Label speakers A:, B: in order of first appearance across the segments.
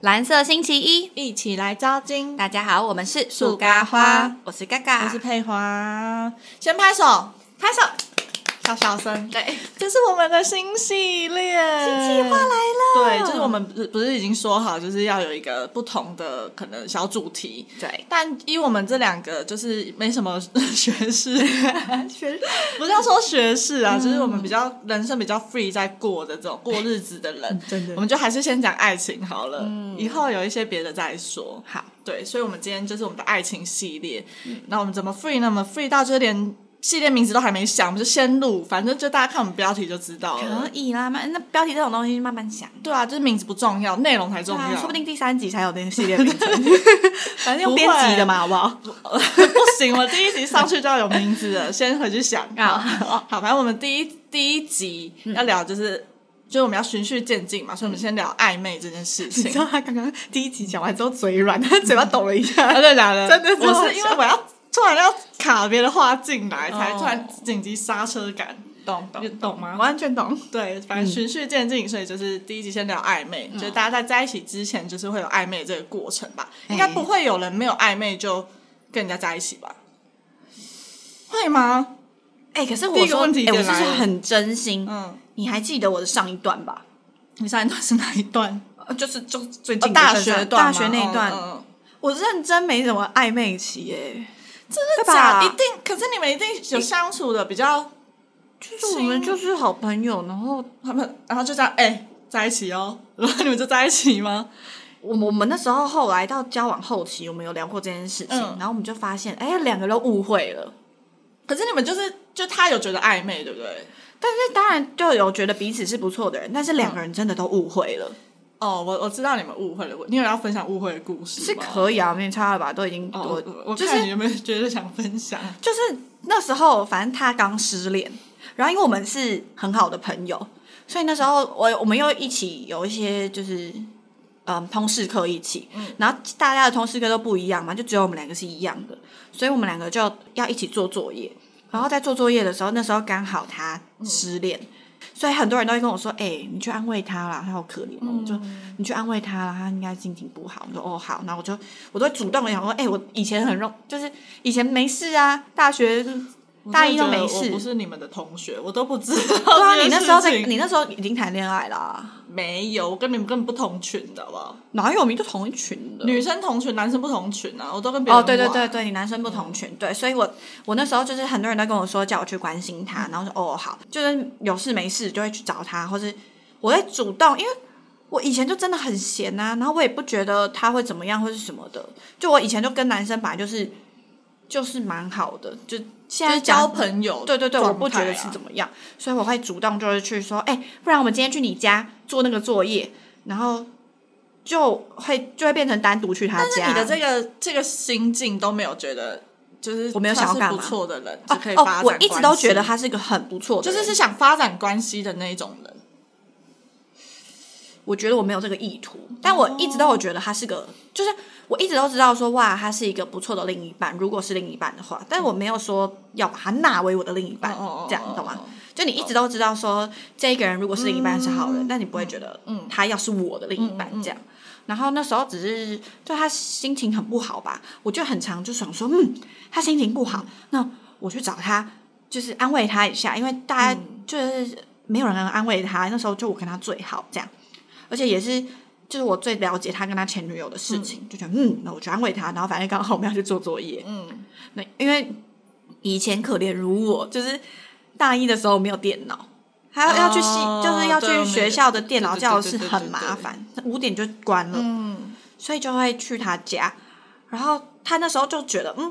A: 蓝色星期一，
B: 一起来招金。
A: 大家好，我们是
B: 树咖花
A: 我是嘎嘎，
B: 我是佩华，先拍手，
A: 拍手，
B: 小小声。
A: 对，
B: 这是我们的新系列，
A: 新计划来了
B: 呃对，就是我们不是不是已经说好，就是要有一个不同的可能小主题。
A: 对，
B: 但依我们这两个就是没什么 学识，
A: 学
B: 不是要说学识
A: 嗯
B: 啊，就是我们比较人生比较 free 在过的这 种过日子的人，
A: 真的嗯
B: 我们就还是先讲爱情好了，以后有一些别的再说。
A: 好，嗯
B: 对，所以我们今天就是我们的爱情系列。那我们怎么 free 呢？我们 free 到就是连系列名字都还没想，我们就先录，反正就大家看我们标题就知道
A: 可
B: 了。
A: 以啦，慢那标题这种东西慢慢想，
B: 对啊，就是名字不重要，内容才重
A: 啊
B: 要。
A: 说不定第三集才有那个系列名 称，反正用
B: 不会
A: 编辑的嘛，好不好？
B: 不行，我第一集上去就要有名字了，先回去想。
A: 好
B: 好，嗯反正我们第一第一集要聊就是。就是我们要循序渐进嘛，所以我们先聊暧昧这件事 情。
A: 他刚刚第一集讲完之后嘴软， 他嘴巴抖了一下
B: 真的假的？
A: 真的真的
B: 我是因为我要突然要卡别的话进来，才
A: 哦
B: 突然紧急刹车感，
A: 懂
B: 你
A: 懂
B: 懂吗？
A: 完全懂。
B: 对，反正循序渐进，所以就是第一集先聊暧昧，就是大家在在一起之前，就是会有暧昧这个过程吧。
A: 哎
B: 应该不会有人没有暧昧就跟人家在一起吧？会吗？
A: 哎、可是
B: 第
A: 我
B: 一个
A: 说，
B: 问题
A: 哎、我
B: 点
A: 是
B: 来了
A: 很真心、
B: 嗯，
A: 你还记得我的上一段吧？
B: 你上一段是哪一段？
A: 呃就是就是最
B: 哦
A: 近、
B: 大学段吗，
A: 大学那一段、
B: 嗯嗯嗯
A: 我认真没什么暧昧期耶、
B: 真
A: 对
B: 的
A: 吧
B: 假？一定，可是你们一定有相处的比较，
A: 就是我们就是好朋友，然后
B: 他们然后就这样，哎、在一起哦， 然后你们就在一起吗？
A: 我我们那时候后来到交往后期，我们有聊过这件事情，
B: 嗯
A: 然后我们就发现，哎、两个都误会了。
B: 可是你们就是，就他有觉得暧昧，对不对？
A: 但是当然就有觉得彼此是不错的人，但是
B: 嗯
A: 两个人真的都误会了，
B: 哦，我我知道你们误会了，我你有要分享误会的故事
A: 是
B: 吗
A: 可以啊，没差了吧？都已经我、
B: 哦，我我
A: 就是
B: 看你有没有觉得想分享？
A: 就是那时候，反正他刚失恋，然后因为我们是很好的朋友，所以那时候我我们又一起有一些就是嗯通识课一起，
B: 嗯
A: 然后大家的通识课都不一样嘛，就只有我们两个是一样的，所以我们两个就要一起做作业。然后在做作业的时候，那时候刚好他
B: 嗯
A: 失恋，所以很多人都会跟我说：“哎、你去安慰他啦，他好可怜哦。
B: 嗯
A: 我就你去安慰他啦，他应该心情不好。我说：“哦，好。”然后我就我都会主动的想说：“哎、我以前很容，就是以前没事啊，大学大一都没
B: 我真的觉得
A: 事
B: 我不。是你们的同学，我都不知道。
A: 对啊，你那时候在，
B: 在
A: 你那时候已经谈恋爱啦、啊
B: 没有，我跟你们根本不同群的，好不好？
A: 哪有我们就同一群的？
B: 女生同群，男生不同群啊，我都跟别人
A: 哦，对对
B: 玩
A: 对，对，你男生不同群，对，所以我我那时候就是很多人都跟我说叫我去关心他，然后说哦好，就是有事没事就会去找他，或是我会主动，因为我以前就真的很闲呐、然后我也不觉得他会怎么样或是什么的，就我以前就跟男生本来就是就是蛮好的，就
B: 就
A: 现在
B: 是交
A: 讲
B: 朋友、
A: 对对对，我
B: 啊
A: 不觉得是怎。么样，所以我会主动就是去说，哎、不然我们今天去你家做那个作业，然后就会就会变成单独去他家。
B: 但是你的这个这个心境都没有觉得，就是
A: 我没有想要
B: 他
A: 干
B: 是
A: 嘛
B: 不错的人，就
A: 哦
B: 可以发
A: 哦
B: 展，
A: 我一直都觉得
B: 关系
A: 他是一个很不错的
B: 就
A: 人，
B: 是是想发展关系的那一种人。
A: 我觉得我没有这个意图，但我一直都有觉得他是
B: 哦
A: 个，就是我一直都知道说哇，他是一个不错的另一半，如果是另一半的话，但我没有说要把他纳为我的另一半，
B: 哦哦哦
A: 这样
B: 哦
A: 懂吗
B: 哦？
A: 就你一直都知道说这个人如果是另一半是好人，但你不会觉得
B: 嗯
A: 他要是我的另一半这样。然后那时候只是对他心情很不好吧，我就很常就想说，嗯，他心情不好，那我去找他，就是安慰他一下，因为大家
B: 嗯
A: 就是没有人能安慰他，那时候就我跟他最好这样，而且也是就是我最了解他跟他前女友的事情，就觉得嗯，那我就安慰他，然后反正刚好我们要去做作业，
B: 嗯，
A: 那因为以前可怜如我，就是大一的时候没有电脑，还要要去系，
B: 哦
A: 就是要
B: 对我
A: 去
B: 们
A: 学
B: 也
A: 校的电脑
B: 对对对
A: 教室，
B: 对对
A: 很
B: 对
A: 麻
B: 对
A: 烦，五点就关了，
B: 嗯，
A: 所以就会去他家。然后他那时候就觉得，嗯，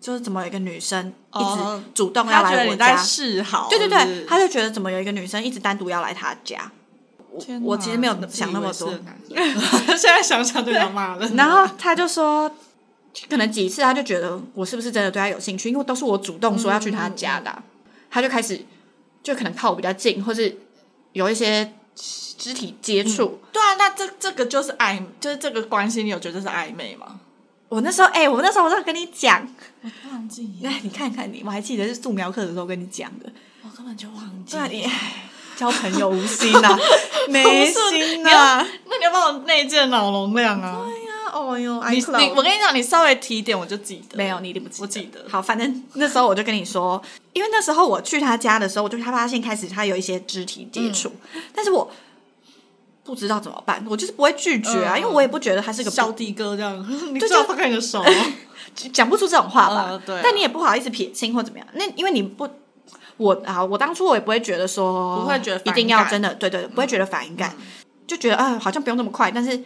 A: 就是怎么有一个女生一
B: 哦
A: 直主动要
B: 他觉得
A: 来
B: 你
A: 我
B: 在
A: 家，
B: 示好，
A: 对对
B: 是不
A: 对，
B: 是
A: 他就觉得怎么有一个女生一直单独要来他家。我
B: 天
A: 我
B: 哪
A: 其实没有
B: 你自以
A: 想那么
B: 为是
A: 多
B: 的男人 现在想想就想骂 人。
A: 然后他就说，可能几次他就觉得我是不是真的对他有兴趣，因为都是我主动说要去他家的啊、他就开始就可能靠我比较近，或是有一些肢体接触。
B: 对啊，那这这个就是暧，就是这个关系，你有觉得是暧昧吗？
A: 我那时候，哎、我那时候我在跟你讲，
B: 忘记，
A: 哎，你看看你，我还记得是素描课的时候跟你讲的。
B: 我根本就忘记
A: 对啊，你交朋友无心呐、 没心啊
B: 你要
A: 呐、
B: 那你要帮我内建脑容量啊！
A: 对呀、哦哟
B: 你你我
A: ，iCloud
B: 跟你讲，你稍微提一点我就记得。
A: 没有，你一定不记得。
B: 我记得
A: 好，反正那时候我就跟你说，因为那时候我去他家的时候，我就他发现开始他有一些肢体接触，
B: 嗯
A: 但是我不知道怎么办，我就是不会拒绝啊，
B: 嗯
A: 因为我也不觉得他是个
B: 小迪哥这样， 你
A: 就
B: 最好放开你的 手。
A: 讲不出这种话吧？
B: 嗯对啊
A: 但你也不好意思撇清或怎么样，那因为你不。我啊，我当初我也不会觉得说，
B: 不会觉得反
A: 一
B: 感嗯
A: 定要真的，对对，对不会觉得反感，就觉得啊、好像不用那么快，但是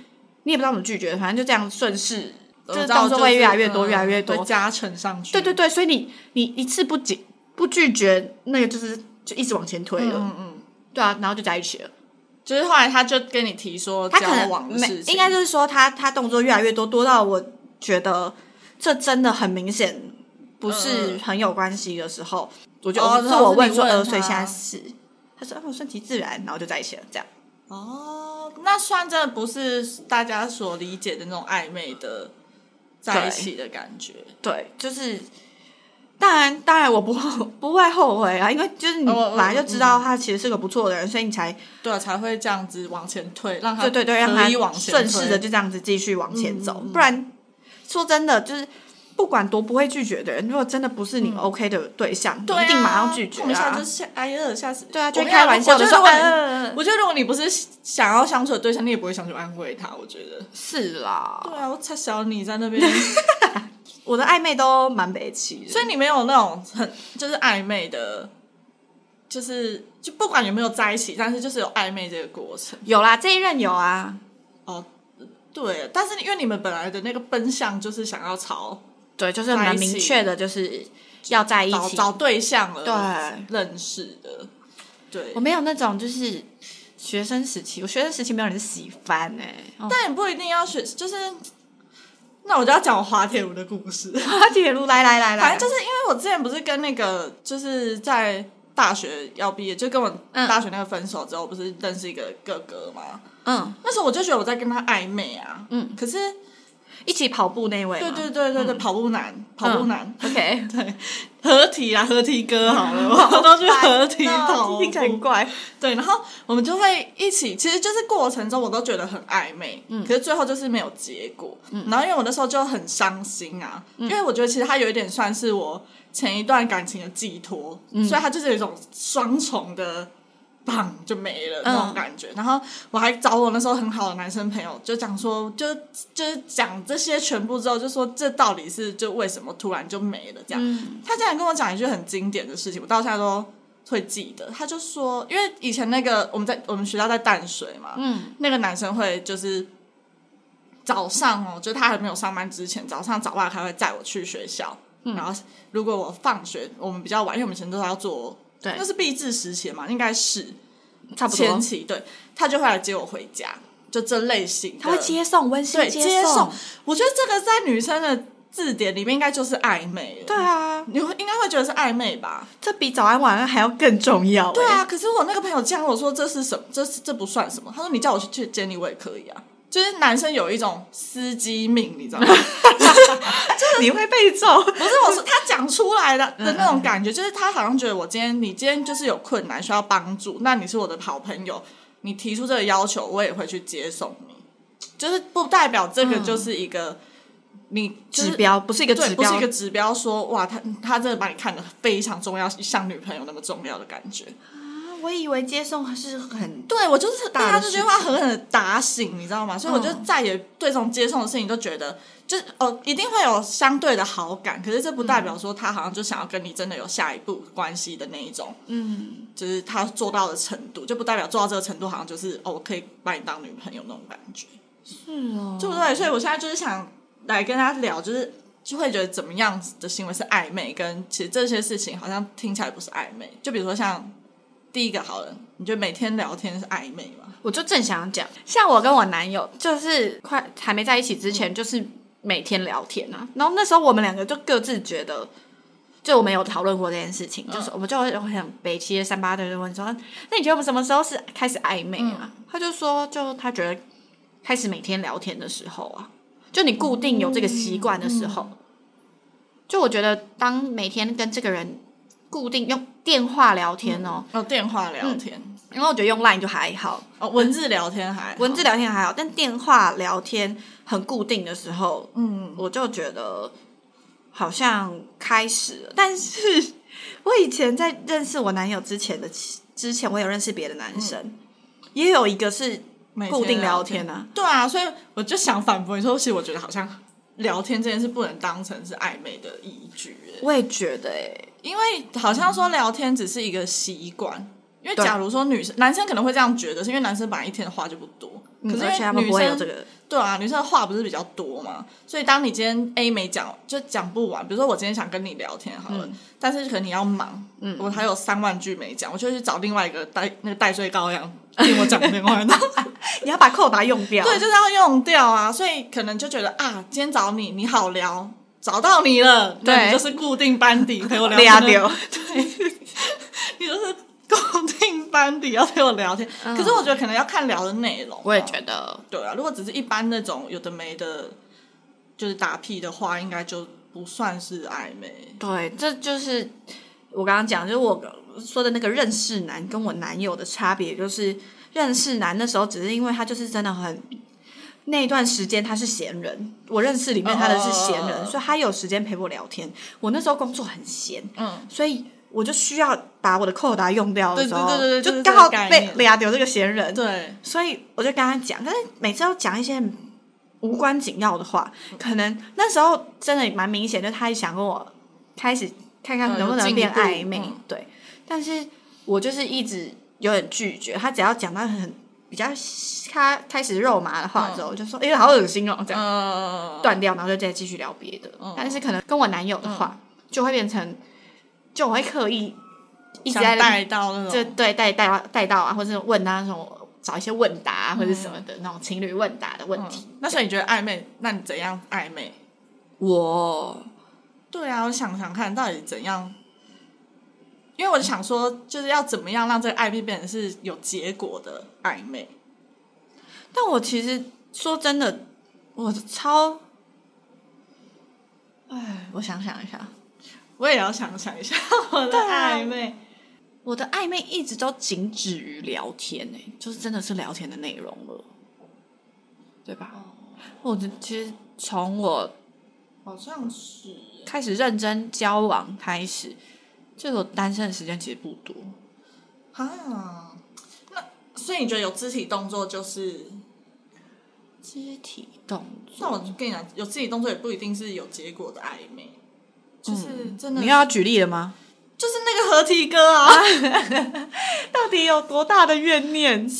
A: 你也不知道怎么拒绝，反正就这样顺势，
B: 我
A: 就
B: 知
A: 是
B: 道
A: 动作会
B: 就
A: 越来越多，
B: 嗯
A: 越来越多
B: 会，加成上去。
A: 对对对，所以你你一次不解不拒绝，那个就是就一直往前推
B: 嗯
A: 了，
B: 嗯嗯，
A: 对啊，然后就在一起了。
B: 就是后来他就跟你提说
A: 他可
B: 交往
A: 能
B: 的
A: 没
B: 事，情，
A: 应该就是说他他动作越来越多，多到我觉得这真的很明显不是
B: 嗯
A: 很有关系的时候，我就、
B: 哦
A: 是
B: 然后
A: 我
B: 是
A: 问
B: 你
A: 说，
B: 问
A: 呃，所以
B: 他
A: 现在是。他说：“哦，顺其自然，然后就在一起了，这样。
B: 哦，那算真的不是大家所理解的那种暧昧的在一起的感觉。
A: 对，就是，当然，当然，我不不会后悔啊，因为就是你
B: 哦我
A: 本来就知道他其实是个不错的人，所以你才
B: 对啊，才会这样子往前推，让他
A: 对对对，让
B: 可以
A: 他
B: 往前
A: 顺势的
B: 推。
A: 就这样子继续往前走，
B: 嗯嗯嗯
A: 不然说真的，就是不管多不会拒绝的人，如果真的不是你 OK 的对象，
B: 嗯对
A: 你
B: 啊，
A: 一定马上拒绝、
B: 碰一下就是下挨饿，下次
A: 对啊，就
B: 我跟你
A: 开
B: 讲
A: 玩笑的
B: 我觉得如
A: 时候，
B: 果你
A: 嗯
B: 我觉得如果你不是想要相处的对象，你也不会想去安慰他。我觉得，
A: 是啦，
B: 对啊，我才小你在那 边，
A: 我的暧昧都蛮北齐的，
B: 所以你没有那种很就是暧昧的，就是就不管有没有在一起，但是就是有暧昧这个过程。
A: 有啦，这一任有啊，
B: 哦，对，但是因为你们本来的那个奔向就是想要朝
A: 对，就是
B: 在
A: 蛮
B: 一起
A: 明确的，就是要在一
B: 找
A: 起。
B: 找对嗯象了，
A: 对，
B: 认识的，对
A: 我。没有那种就是学生时期，我学生时期没有人喜欢哎、哦
B: 但也不一定要学，就是那我就要讲我滑铁卢的故事。
A: 滑铁卢来来来来，
B: 反正哎就是因为我之前不是跟那个就是在大学要毕业，就跟我
A: 嗯
B: 大学那个分手之后，不是认识一个哥哥吗？
A: 嗯，
B: 那时候我就觉得我在跟他暧昧啊，
A: 嗯，
B: 可是
A: 一起跑步那位
B: 对
A: 嘛，
B: 对对对对，跑步男，跑步男。
A: 嗯 ，OK，
B: 合体啦，合体哥好 了，我们都去合体跑
A: 听起来很
B: 步。
A: 怪。
B: 对，然后我们就会一起，其实就是过程中我都觉得很暧昧，嗯，可是最后就是没有结果。嗯，然后因为我那时候就很伤心啊，因为我觉得其实他有一点算是我前一段感情的寄托，所以他就是有一种双重的。棒就没了那种感觉，然后我还找我那时候很好的男生朋友，就讲说，就就是讲这些全部之后，就说这到底是就为什么突然就没了这样，
A: 嗯
B: 他竟然跟我讲一句很经典的事情，我到现在都会记得。他就说，因为以前那个我们在我们学校在淡水嘛，
A: 嗯
B: 那个男生会就是早上哦，就他还没有上班之前，早上早八他会载我去学校，
A: 嗯
B: 然后如果我放学，我们比较晚，因为我们以前都是要做，
A: 对
B: 那是毕制时期嘛，应该是
A: 差不
B: 前
A: 多。
B: 期，对，他就会来接我回家，就这类型的，
A: 他会接送，温馨
B: 对接
A: 送。
B: 我觉得这个在女生的字典里面应该就是暧昧了，
A: 对啊，
B: 你会应该会觉得是暧昧吧？
A: 这比早安晚安还要更重要、欸
B: 对，啊，可是我那个朋友这样跟我说，这是什么？这是这不算什么？他说你叫我去去接你，我也可以啊。就是男生有一种司机命，你知道 吗？
A: 你会被揍。
B: 不是我说他讲出来的的那种感
A: 嗯
B: 觉，就是他好像觉得我今天你今天就是有困难需要帮助，那你是我的好朋友，你提出这个要求，我也会去接送你。就是不代表这个就是一个、你就是
A: 嗯指标不是一个
B: 对，
A: 指
B: 不是
A: 标，
B: 一个指标说哇，他他真的把你看得非常重要，像女朋友那么重要的感觉。
A: 啊我以为接送是很
B: 对我就是被
A: 大
B: 他
A: 的
B: 这
A: 事嗯
B: 句话狠狠的打醒，你知道吗？所以我就再也对这种接送的事情就觉得，就是哦，一定会有相对的好感，可是这不代
A: 嗯
B: 表说他好像就想要跟你真的有下一步关系的那一种，
A: 嗯，
B: 就是他做到的程度，就不代表做到这个程度，好像就是哦，我可以把你当女朋友那种感觉，
A: 是哦，
B: 对不对？所以我现在就是想来跟他聊，就是就会觉得怎么样的行为是暧昧，跟其实这些事情好像听起来不是暧昧，就比如说像第一个好了，你觉得每天聊天是暧昧吗？
A: 我就正想讲，像我跟我男友，就是快还没在一起之前，就是每天聊天啊。然后那时候我们两个就各自觉得，就我们有讨论过这件事情，就是我们就会很北七的三八的就问说，啊那你觉得我们什么时候是开始暧昧啊？他就说，就他觉得开始每天聊天的时候啊，就你固定有这个习惯的时候，就我觉得当每天跟这个人固定用电话聊天哦，
B: 哦，电话聊天，
A: 因为我觉得用 Line 就还好，
B: 哦，文字聊天还好
A: 嗯文字，聊天还好，但电话聊天很固定的时候，
B: 嗯，
A: 我就觉得好像开始了。但是 我以前在认识我男友之前的之前，我有认识别的男生，
B: 嗯
A: 也有一个是
B: 每天
A: 固定聊
B: 聊
A: 天
B: 天
A: 啊。
B: 对啊，所以我就想反驳你说，其实我觉得好像聊天这件事不能当成是暧昧的依据耶，
A: 我也觉得、欸，
B: 因为好像说聊天只是一个习惯。因为
A: 对
B: 假如说女生、男生可能会这样觉得，是因为男生本来一天的话就不多，可是因
A: 嗯而且他
B: 为
A: 们
B: 女
A: 不会有
B: 生
A: 这个，
B: 对啊，女生的话不是比较多嘛，所以当你今天 A 没讲，就讲不完。比如说我今天想跟你聊天好了，
A: 嗯
B: 但是可能你要忙，嗯，我还有三万句没讲，我就去找另外一个戴那个戴罪羔羊听我讲另 外一段
A: 你要把扣打用掉。
B: 对，就是要用掉啊。所以可能就觉得啊，今天找你，你好聊，找到你了，那
A: 对
B: 你就是固定班底陪我聊
A: 俩
B: 天，
A: 丢，
B: 你就是固定班底要陪我聊天。
A: 嗯
B: 可是我觉得可能要看聊的内容啊，
A: 我也觉得
B: 对啊，如果只是一般那种有的没的，就是打屁的话，应该就不算是暧昧。
A: 对，这就是我刚刚讲，就是我说的那个认识男跟我男友的差别，就是认识男那时候只是因为他就是真的很那一段时间他是闲人，我认识里面他的是闲人
B: 哦
A: 所以他有时间陪我聊天。我那时候工作很闲，
B: 嗯，
A: 所以我就需要把我的扣打用掉的
B: 对
A: 时
B: 对
A: 候，
B: 对对对就是
A: 就刚
B: 这个
A: 好
B: 概
A: 被
B: 念
A: 俩丢这个闲人，
B: 对，
A: 所以我就跟他讲，但是每次要讲一些很无关紧要的话，
B: 嗯
A: 可能那时候真的蛮明显，就他想跟我开始看看
B: 嗯
A: 能不
B: 有
A: 能
B: 进一
A: 变
B: 步
A: 暧昧，
B: 嗯
A: 对。但是我就是一直有点拒绝，他只要讲到很比较他开始肉麻的话之后，我就说哎、好恶心哦、这样
B: 嗯，
A: 断掉，然后就再继续聊别的。
B: 嗯
A: 但是可能跟我男友的话，就会变成就我会刻意一直
B: 想
A: 在
B: 带到那
A: 就
B: 种，
A: 对带带带到啊，或者问他那种找一些问答、啊、或者什么的、那种情侣问答的问题。
B: 嗯，那所以你觉得暧昧？那你怎样暧昧？
A: 嗯我
B: 对啊，我想想看到底怎样。因为我就想说，就是要怎么样让这个暧昧变成是有结果的暧昧？
A: 但我其实说真的，我超，哎，我想想一下，
B: 我也要想想一下 我的
A: 对啊
B: 暧昧。
A: 我的暧昧一直都仅止于聊天呢、就是真的是聊天的内容了，对吧？
B: 哦
A: 我的其实从我
B: 好像是，
A: 开始认真交往开始，就我单身的时间其实不多。
B: 啊，那所以你觉得有肢体动作就是？
A: 肢体动
B: 那我跟你讲，有自己动作也不一定是有结果的暧昧，就是真的，
A: 嗯你又要举例了吗？
B: 就是那个合体哥啊，
A: 到底有多大的怨念？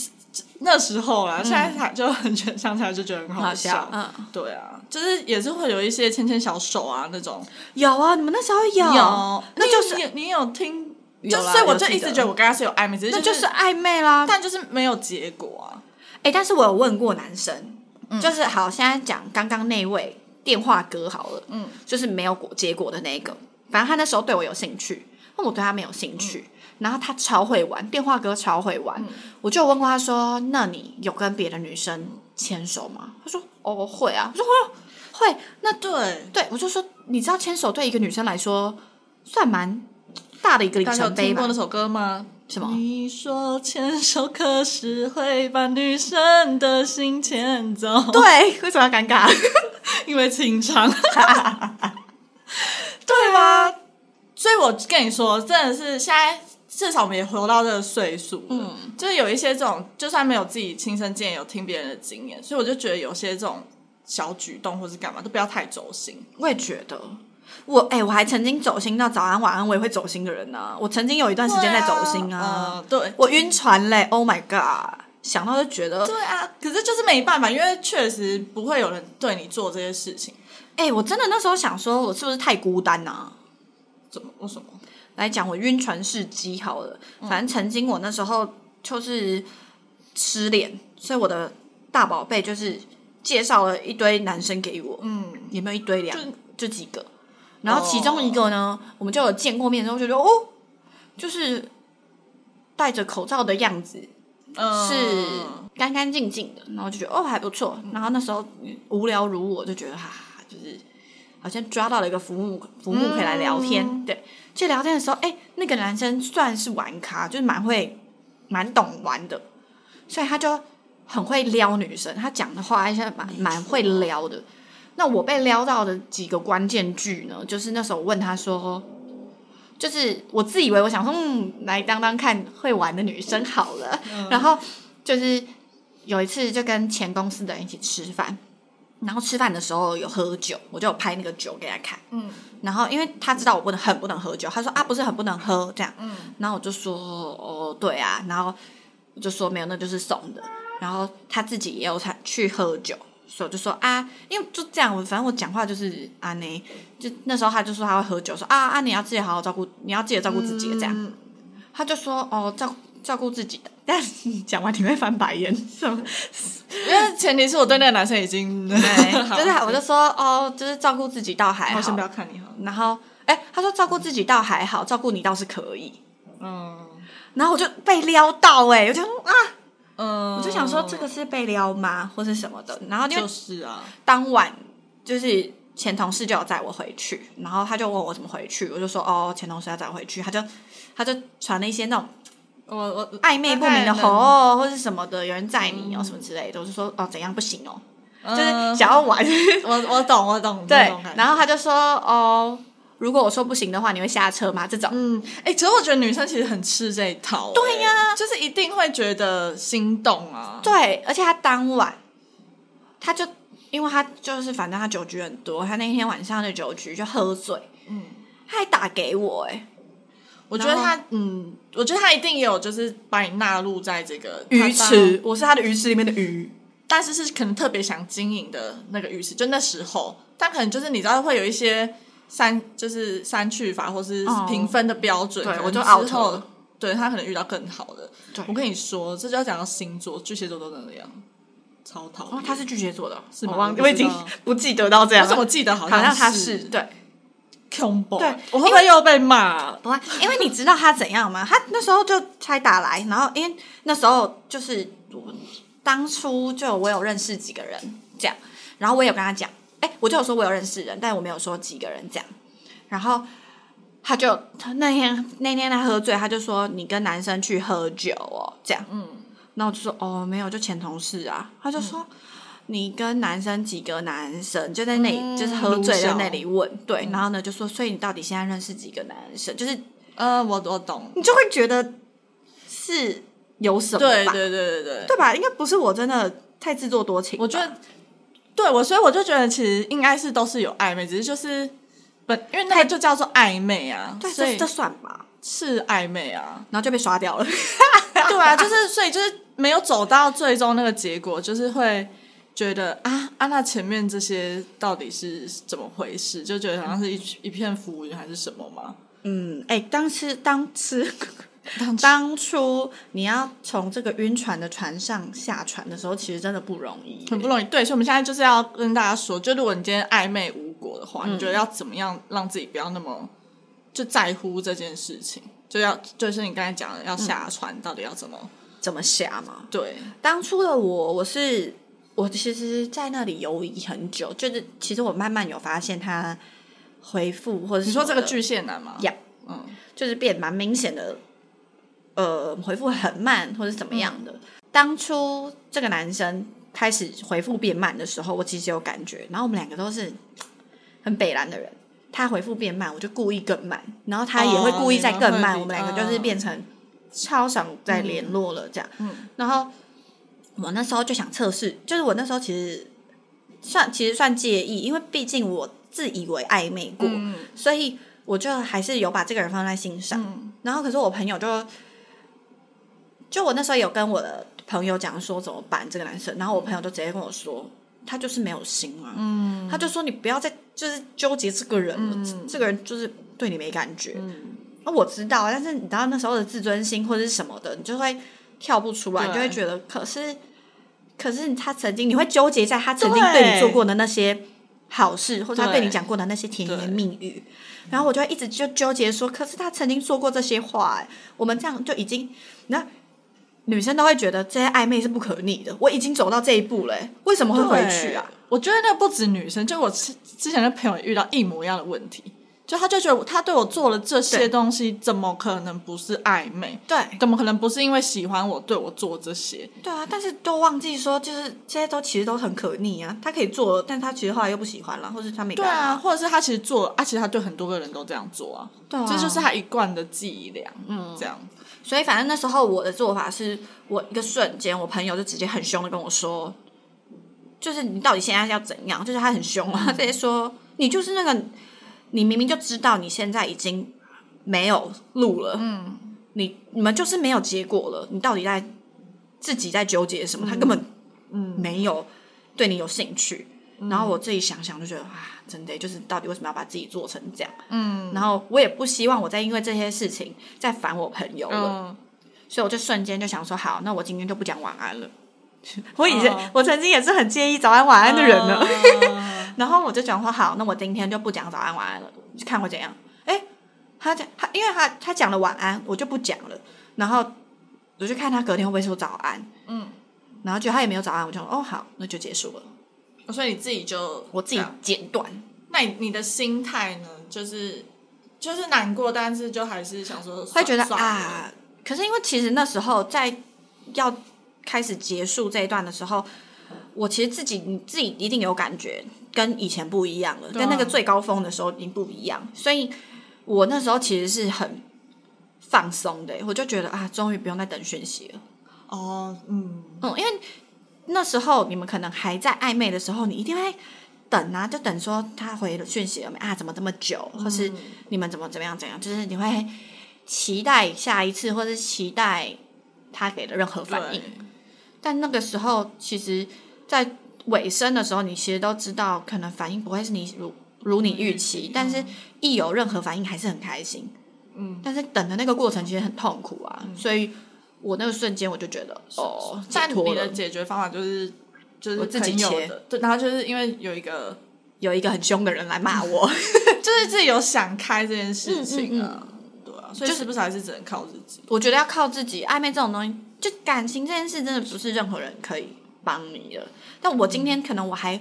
B: 那时候啊啦，现在才就很觉得想起来就觉得很
A: 嗯好
B: 笑
A: 笑，，嗯，
B: 对啊，就是也是会有一些牵牵小手啊那种，
A: 有啊，你们那时候有，那
B: 你
A: 就是
B: 你你有听，
A: 有
B: 就
A: 啦
B: 所以我
A: 有
B: 就
A: 记
B: 一直
A: 得
B: 觉得我跟他是有暧昧，只是
A: 那
B: 就
A: 就是暧昧啦。
B: 但就是没有结果啊，
A: 哎、但是我有问过男生，
B: 嗯
A: 就是好，现在讲刚刚那位电话哥好了，
B: 嗯，
A: 就是没有果结果的那一个，反正他那时候对我有兴趣，那我对他没有兴趣。
B: 嗯
A: 然后他超会玩，电话哥超会玩。我就有问过他说：“那你有跟别的女生牵手吗？”他说：“哦，我会啊。”我说：“哦，会。”那
B: 对，
A: 对，我就说，你知道牵手对一个女生来说算蛮大的一个里
B: 大家有
A: 程碑
B: 听过
A: 吧
B: 那？首歌吗？
A: 什么？
B: 你说牵手可是会把女生的心牵走，
A: 对， 为什么要尴尬？
B: 因为情长， 对吗？所以我跟你说，真的是现在至少我们也活到这个岁数，嗯，就是有一些这种，就算没有自己亲身经验，有听别人的经验，所以我就觉得有些这种小举动或是干嘛都不要太走心。
A: 我也觉得，我哎、我还曾经走心到早安晚安，我也会走心的人呢、啊我曾经有一段时间在走心啊，
B: 对啊，呃对，
A: 我晕船嘞！Oh my god，想到就觉得，
B: 对啊，可是就是没办法，因为确实不会有人对你做这些事情。
A: 哎、我真的那时候想说，我是不是太孤单啊？
B: 怎么？为什么？
A: 来讲我晕船事迹好了，
B: 嗯
A: 反正曾经我那时候就是失恋，所以我的大宝贝就是介绍了一堆男生给我，
B: 嗯，
A: 也没有一堆两
B: 就
A: 就几个，然后其中一个呢，我们就有见过面之后就觉得哦，就是戴着口罩的样子
B: 嗯
A: 是干干净净的，然后就觉得哦还不错，然后那时候嗯无聊如我就觉得哈、就是好像抓到了一个服务服务可以来聊天，
B: 嗯
A: 对，去聊天的时候，哎、那个男生算是玩咖，就是蛮会蛮懂玩的，所以他就很会撩女生，他讲的话还是蛮蛮会撩的。那我被撩到的几个关键句呢，就是那时候我问他说，就是我自以为我想说，嗯，来当当看会玩的女生好了。然后就是有一次就跟前公司的人一起吃饭，然后吃饭的时候有喝酒，我就有拍那个酒给他看。
B: 嗯
A: 然后因为他知道我不能很不能喝酒，他说啊不是很不能喝这样，
B: 嗯
A: 然后我就说哦对啊，然后我就说没有，那就是送的。然后他自己也有他去喝酒，所以我就说啊，因为就这样，我反正我讲话就是啊你就那时候他就说他会喝酒，说啊啊你要自己好好照顾，你要记得照顾自己这样。
B: 嗯
A: 他就说哦照照顾自己的， 但是你讲完你会翻白眼，什么？
B: 因为前提是我对那个男生已经，
A: 对， 就 是
B: 好
A: 我就说哦，就是照顾自己倒还
B: 我先
A: 好
B: 不，要看你好了，
A: 然后哎、他说照顾自己倒还好，照顾你倒是可以。
B: 嗯
A: 然后我就被撩到哎、我就说啊，
B: 嗯，
A: 我就想说这个是被撩吗，或是什么的。然后因为
B: 就是啊，
A: 当晚就是前同事就有载我回去，然后他就问我怎么回去，我就说哦，前同事要载我回去，他就他就传了一些那种
B: 我我
A: 暧昧不明的吼、
B: 吼，
A: 哦，或是什么的，有人载你
B: 嗯
A: 哦什么之类的，我就说哦怎样不行哦，
B: 就
A: 就是想要 玩，
B: 嗯我我懂我懂，
A: 对
B: 那种感，觉
A: 然后他就说哦，如果我说不行的话，你会下车吗？这种。
B: 嗯，哎、其实我觉得女生其实很吃这一套、对呀、就是一定会觉得心动啊。
A: 对，而且他当晚，他就因为他就是反正他酒局很多，他那天晚上的酒局就喝醉，
B: 嗯，
A: 他还打给我、哎，
B: 我觉得
A: 然后
B: 她，嗯，我觉得她一定也有就是把你纳入在这个她
A: 鱼
B: 当，
A: 池，我是他的鱼池里面的鱼，
B: 但是是可能特别想经营的那个鱼池，就那时候，但可能就是你知道会有一些删，就是删去法或是
A: 哦
B: 评分的标准，
A: 对
B: 可能
A: 我就
B: 之
A: out
B: 后
A: 了
B: 对她可能遇到更好的。
A: 对
B: 我跟你说，这就要讲到星座，巨蟹座都那样，超讨厌。
A: 哦，他是巨蟹座的，是
B: 吗
A: 我忘
B: 我
A: 记，
B: 不
A: 我已
B: 知
A: 经
B: 道
A: 不记得到这样
B: 我
A: 了，
B: 怎么记得好
A: 好像他
B: 是
A: 是对，
B: combo？啊
A: 对
B: 我会不会又被骂？
A: 不会，因为你知道他怎样吗？他那时候就才打来，然后因为那时候就是我当初就我有认识几个人这样，然后我有跟他讲，哎、我就有说我有认识人，但我没有说几个人这样，然后。他就他那天那天他喝醉，他就说你跟男生去喝酒哦，这样。
B: 嗯，
A: 那我就说哦没有，就前同事啊。他就说、你跟男生几个男生就在那里、
B: 嗯
A: 就是喝醉在那里
B: 撸
A: 问，对，然后呢就说所以你到底现在认识几个男生？就是
B: 呃，我我懂。
A: 你就会觉得是有什么
B: 对
A: 吧，
B: 对对对对，
A: 对吧？应该不是我真的太自作多情吧，
B: 我觉得，对我，所以我就觉得其实应该是都是有暧昧，只是就是本因为那个就叫做暧昧啊，
A: 对，
B: 所
A: 这
B: 以
A: 这算吧，，
B: 是暧昧啊
A: 然后就被刷掉了。
B: 对 啊，就是所以就是没有走到最终那个结果，就是会觉得啊啊，那前面这些到底是怎么回事？就觉得好像是一一片浮云还是什么嘛？
A: 嗯，哎，当时当时当初你要从这个晕船的船上下船的时候，其实真的不容易耶，
B: 很不容易，对，所以我们现在就是要跟大家说，就如果你今天暧昧无果的话，你
A: 嗯
B: 觉得要怎么样让自己不要那么就在乎这件事情？就要就是你刚才讲的，要下船，到底要怎么？
A: 怎嗯么下嘛？
B: 对，
A: 当初的我，我是我其实，在那里游移很久，就是其实我慢慢有发现他回复或者
B: 你说这个
A: 剧。
B: 巨蟹男吗？
A: Yeah
B: 嗯，
A: 就是变蛮明显的，呃，回复很慢或者怎么样的。当初这个男生开始回复变慢的时候，我其实有感觉，然后我们两个都是很北蓝的人。他回复变慢，我就故意更慢，然后他也会故意再更慢，
B: 哦你们
A: 我
B: 会
A: 们两个就是变成超少再联络了这样。
B: 嗯
A: 然后我那时候就想测试，就是我那时候其实算其实算介意，因为毕竟我自以为暧昧过，
B: 嗯
A: 所以我就还是有把这个人放在心上。
B: 嗯
A: 然后可是我朋友就，就我那时候有跟我的朋友讲说怎么办这个男生，然后我朋友就直接跟我说，他就是没有心啊，
B: 嗯
A: 他就说你不要再就是纠结这个人了，
B: 嗯
A: 这这个人就是对你没感觉。
B: 嗯，
A: 啊，我知道，但是你知道那时候的自尊心或者是什么的，你就会跳不出来，
B: 对
A: 你就会觉得可是。可是他曾经，你会纠结在他曾经对你做过的那些好事，或者他对你讲过的那些甜言蜜语，然后我就会一直就纠结说，可是他曾经说过这些话、哎我们这样就已经，那女生都会觉得这些暧昧是不可逆的，我已经走到这一步了、欸为什么会回去啊
B: 对？？我觉得那不止女生，就我之之前的朋友也遇到一模一样的问题，就他就觉得我他对我做了这些
A: 对
B: 东西，怎么可能不是暧昧？
A: 对
B: 怎么可能不是因为喜欢我对我做这些？
A: 对啊，但是都忘记说，就是这些都其实都很可逆啊。他可以做了，但他其实后来又不喜欢了，或是他没
B: 对
A: 干
B: 啊，
A: 嘛。
B: 或者是他其实做了，啊，其实他对很多个人都这样做啊，
A: 对啊
B: 这就是他一贯的伎俩，嗯，这样。
A: 所以反正那时候我的做法是，我一个瞬间，我朋友就直接很凶的跟我说，就是你到底现在要怎样？就是他很凶啊，他直接说你就是那个，你明明就知道你现在已经没有路了，嗯，你你们就是没有结果了，你到底在自己在纠结什么？他根本嗯没有对你有兴趣。然后我自己想想就觉得啊，真的就是到底为什么要把自己做成这样？嗯，然后我也不希望我再因为这些事情再烦我朋友了，
B: 嗯，
A: 所以我就瞬间就想说，好，那我今天就不讲晚安了。我以前、
B: 哦
A: 我曾经也是很介意早安晚安的人呢，
B: 嗯
A: 然后我就讲说，好，那我今天就不讲早安晚安了，就看我怎样。哎，他讲他，因为他他讲了晚安，我就不讲了，然后我就看他隔天会不会说早安，
B: 嗯，
A: 然后就他也没有早安，我就说哦好，那就结束了，
B: 哦所以你自己就
A: 我
B: 这
A: 自己
B: 样
A: 剪短。
B: 那你你的心态呢？就是就是难过，但是就还是想说
A: 会觉得
B: 算了，
A: 啊，可是因为其实那时候在要开始结束这一段的时候，我其实自己你自己一定有感觉，跟以前不一样了，
B: 对啊
A: 跟那个最高峰的时候已经不一样，所以我那时候其实是很放松的，我就觉得啊，终于不用再等讯息了。
B: 哦，嗯，
A: 嗯，因为那时候你们可能还在暧昧的时候，你一定会等啊，就等说他回了讯息了没啊？怎么这么久？或是
B: 嗯
A: 你们怎么怎么样怎么样？就是你会期待下一次，或是期待他给的任何反应
B: 对。。
A: 但那个时候，其实，在尾声的时候，你其实都知道，可能反应不会是你如如你预期，但是一有任何反应，还是很开心。
B: 嗯，
A: 但是等的那个过程其实很痛苦啊，所以我那个瞬间我就觉得，哦，解
B: 但
A: 脱
B: 你
A: 了
B: 的。解决方法就是就是
A: 我自己
B: 朋友
A: 切
B: 的，对，然后就是因为有一个
A: 有一个很凶的人来骂我，
B: 就是自己有想开这件事情
A: 嗯
B: 啊，对啊，所以
A: 就是
B: 不是还是只能靠自己？
A: 我觉得要靠自己。暧昧这种东西，就感情这件事，真的不是任何人可以帮你的。但我今天可能我还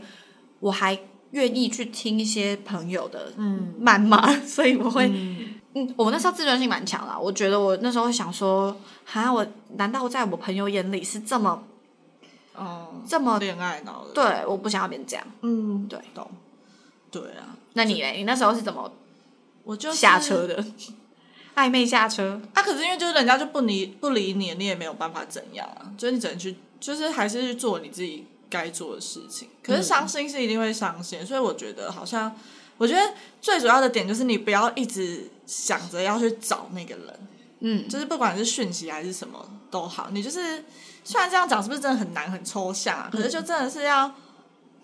A: 我还愿意去听一些朋友的
B: 嗯
A: 谩骂， 所以我会
B: 嗯
A: 嗯，我那时候自尊心蛮强啦，我觉得我那时候想说，哈，我难道在我朋友眼里是这么
B: 哦，
A: 这么？
B: 恋爱脑的，，
A: 对，我不想要变这样。
B: 嗯，
A: 对，
B: 懂，对啊，
A: 那你嘞？你那时候是怎么
B: 我就是
A: 下车的？ 暧昧下车？
B: 啊，可是因为就是人家就不理不理你，你也没有办法怎样啊，就是你只能去，就是还是去做你自己该做的事情。可
A: 嗯
B: 是伤心是一定会伤心，所以我觉得好像，我觉得最主要的点就是你不要一直想着要去找那个人，
A: 嗯，
B: 就是不管是讯息还是什么都好，你就是虽然这样讲是不是真的很难很抽象啊？可是就真的是要，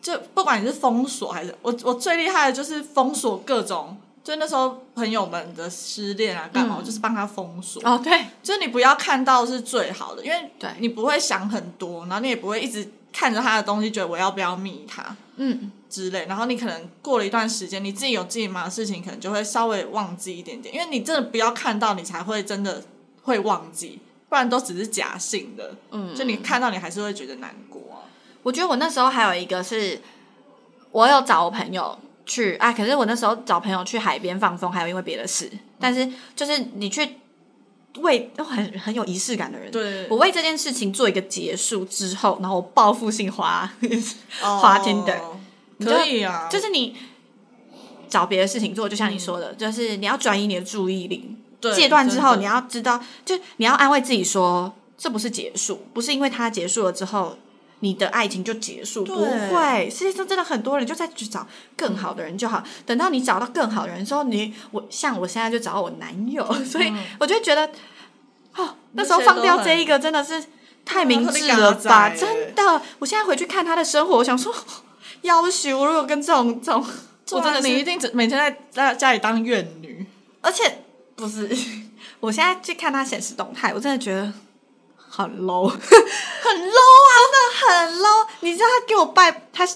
B: 就不管你是封锁还是我，我最厉害的就是封锁各种，就那时候朋友们的失恋啊干嘛，
A: 嗯
B: 我就是帮他封锁，
A: 哦，对，
B: 就是你不要看到是最好的，因为
A: 对
B: 你不会想很多，然后你也不会一直看着他的东西，觉得我要不要密他
A: 嗯，
B: 之类。然后你可能过了一段时间，你自己有自己忙的事情，可能就会稍微忘记一点点，因为你真的不要看到，你才会真的会忘记，不然都只是假性的。
A: 嗯
B: 就你看到，你还是会觉得难过啊、
A: 我觉得我那时候还有一个是，我有找我朋友去啊，可是我那时候找朋友去海边放风，还有因为别的事，但是就是你去为都很很有仪式感的人，
B: 对
A: 我为这件事情做一个结束之后，然后我报复性花， 滑
B: 花
A: Tinder
B: 哦可以啊，
A: 就是你找别的事情做，就像你说的，就是你要转移你的注意力。
B: 对
A: 戒断之后，
B: 真的
A: 你要知道，就你要安慰自己说，这不是结束，不是因为它结束了之后，你的爱情就结束，
B: 对
A: 不会。世界上真的很多人就在去找更好的人就好。等到你找到更好的人之后，你我像我现在就找到我男 友，所以我就觉得，哦，那时候放掉这一个真的是太明智了
B: 对啊
A: 吧？
B: 这个很
A: 真的，我现在回去看他的生活，我想说， 要求如果跟这种这种，我真的
B: 啊你一
A: 是，
B: 定只每天在在家里当怨女。
A: 而且不是， 我现在去看他显示动态，我真的觉得很 low，很 low 啊，真的很 low。你知道他给我拜他。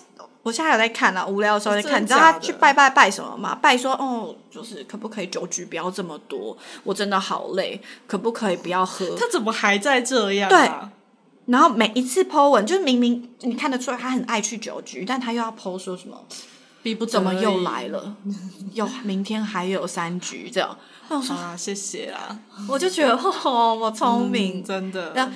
A: 我现在有在看啊，无聊的时候在看。
B: 真
A: 你
B: 的
A: 知道他
B: 假的
A: 去拜拜拜什么吗？拜说哦，就是可不可以酒局不要这么多？我真的好累，可不可以不要喝？
B: 他怎么还在这样、啊？
A: 然后每一次 Po 文，就是明明你看得出来他很爱去酒局，但他又要 Po 说什么
B: 逼不得
A: 怎么
B: 已
A: 又来了，又明天还有三局这样。那我说，
B: 啊？谢谢啦，
A: 我就觉得哦，我聪明
B: 嗯，真的。
A: 那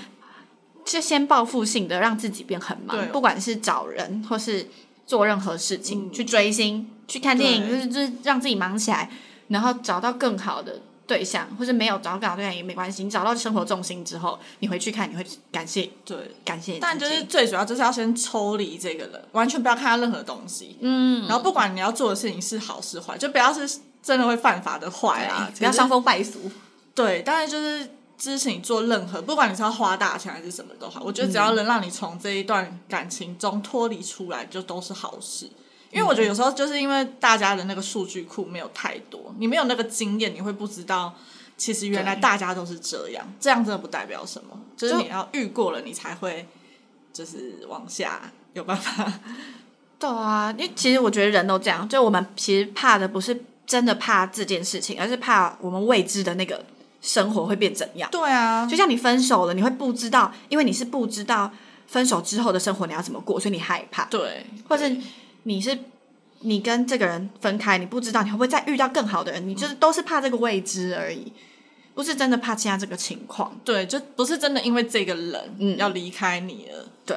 A: 就先报复性的让自己变很忙
B: 对，
A: 不管是找人或是做任何事情，
B: 嗯
A: 去追星、去看电影，就
B: 对
A: 是就是让自己忙起来，然后找到更好的对象，或是没有找到对象也没关系，你找到生活重心之后，你回去看，你会感谢
B: 对，
A: 感谢你自己。
B: 但就是最主要就是要先抽离这个人，完全不要看他任何东西。
A: 嗯，
B: 然后不管你要做的事情是好是坏，就不要是真的会犯法的坏啊，
A: 不要
B: 可是
A: 伤风败俗。
B: 对，但是就是支持你做任何，不管你是要花大钱还是什么都好，我觉得只要能让你从这一段感情中脱离出来，就都是好事。因为我觉得有时候就是因为大家的那个数据库没有太多，你没有那个经验，你会不知道。其实原来
A: 对
B: 大家都是这样，这样真的不代表什么，就是
A: 就
B: 你要遇过了，你才会就是往下有办法。
A: 对啊，因为其实我觉得人都这样，就我们其实怕的不是真的怕这件事情，而是怕我们未知的那个生活会变怎样。
B: 对啊，
A: 就像你分手了，你会不知道，因为你是不知道分手之后的生活你要怎么过，所以你害怕，
B: 对，
A: 或者你是你跟这个人分开，你不知道你会不会再遇到更好的人，你就是都是怕这个未知而已，不是真的怕现在这个情况，
B: 对，就不是真的因为这个人
A: 嗯
B: 要离开你了。
A: 对，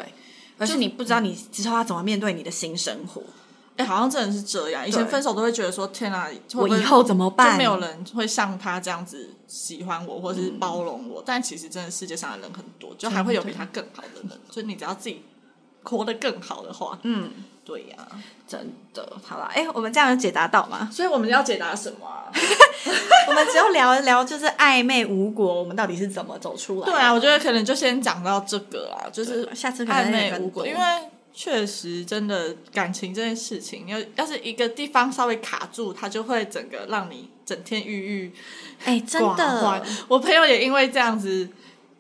A: 而是你不知道你之后要怎么面对你的新生活，
B: 哎、好像真的是这样。以前
A: 对
B: 分手都会觉得说，天啊，会不
A: 我
B: 会
A: 以后怎么办？
B: 就没有人会像他这样子喜欢我，或是包容我。但其实真的世界上的人很多，就还会有比他更好嗯的人。所以你只要自己活得更好的话，
A: 嗯，
B: 对呀、
A: 真的，好啦，哎、我们这样有解答到吗？
B: 所以我们要解答什么、啊？
A: 我们只有聊一聊，就是暧昧无果，我们到底是怎么走出来的？
B: 对啊，我觉得可能就先讲到这个啦，就
A: 对
B: 是
A: 吧下次可能
B: 啊暧昧
A: 更
B: 无果，
A: 多
B: 因为确实真的感情这件事情，要要是一个地方稍微卡住，它就会整个让你整天郁郁
A: 哎、真
B: 寡欢
A: 的，
B: 我朋友也因为这样子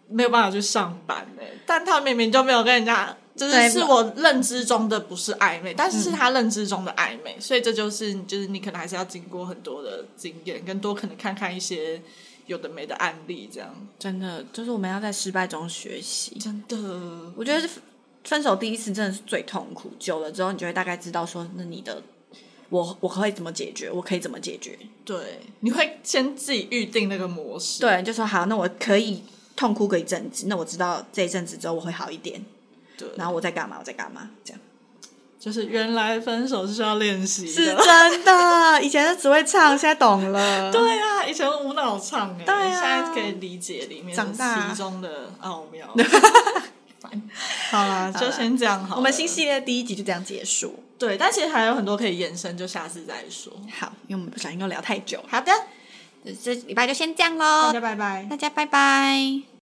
B: 没有办法去上班呢、但他明明就没有跟人家，就是
A: 对嗯
B: 是我认知中的不是暧昧，但是是他认知中的暧昧，所以这就是就是你可能还是要经过很多的经验，更多可能看看一些有的没的案例，这样
A: 真的就是我们要在失败中学习。
B: 真的。
A: 我觉得分手第一次真的是最痛苦，久了之后你就会大概知道说，那你的我我可以怎么解决，我可以怎么解决。
B: 对，你会先自己预定那个模式。
A: 对，就说好，那我可以痛哭个一阵子，那我知道这一阵子之后我会好一点，
B: 对，
A: 然后我在干嘛，我在干嘛，这样
B: 就是原来分手是需要练习的。
A: 是真的。 以前是只会唱，现在懂了。
B: 对啊， 以前无脑唱哎、
A: 对啊
B: 现在可以理解里面
A: 长大
B: 其中的奥 妙。烦好啦，就先这样好了。
A: 我们新系列第一集就这样结束。
B: 对，但其实还有很多可以延伸，就下次再说。
A: 好，因为我们不小心又聊太久，
B: 好的，
A: 这礼拜就先这样
B: 大
A: 喽
B: 家，拜拜。
A: 大家拜拜。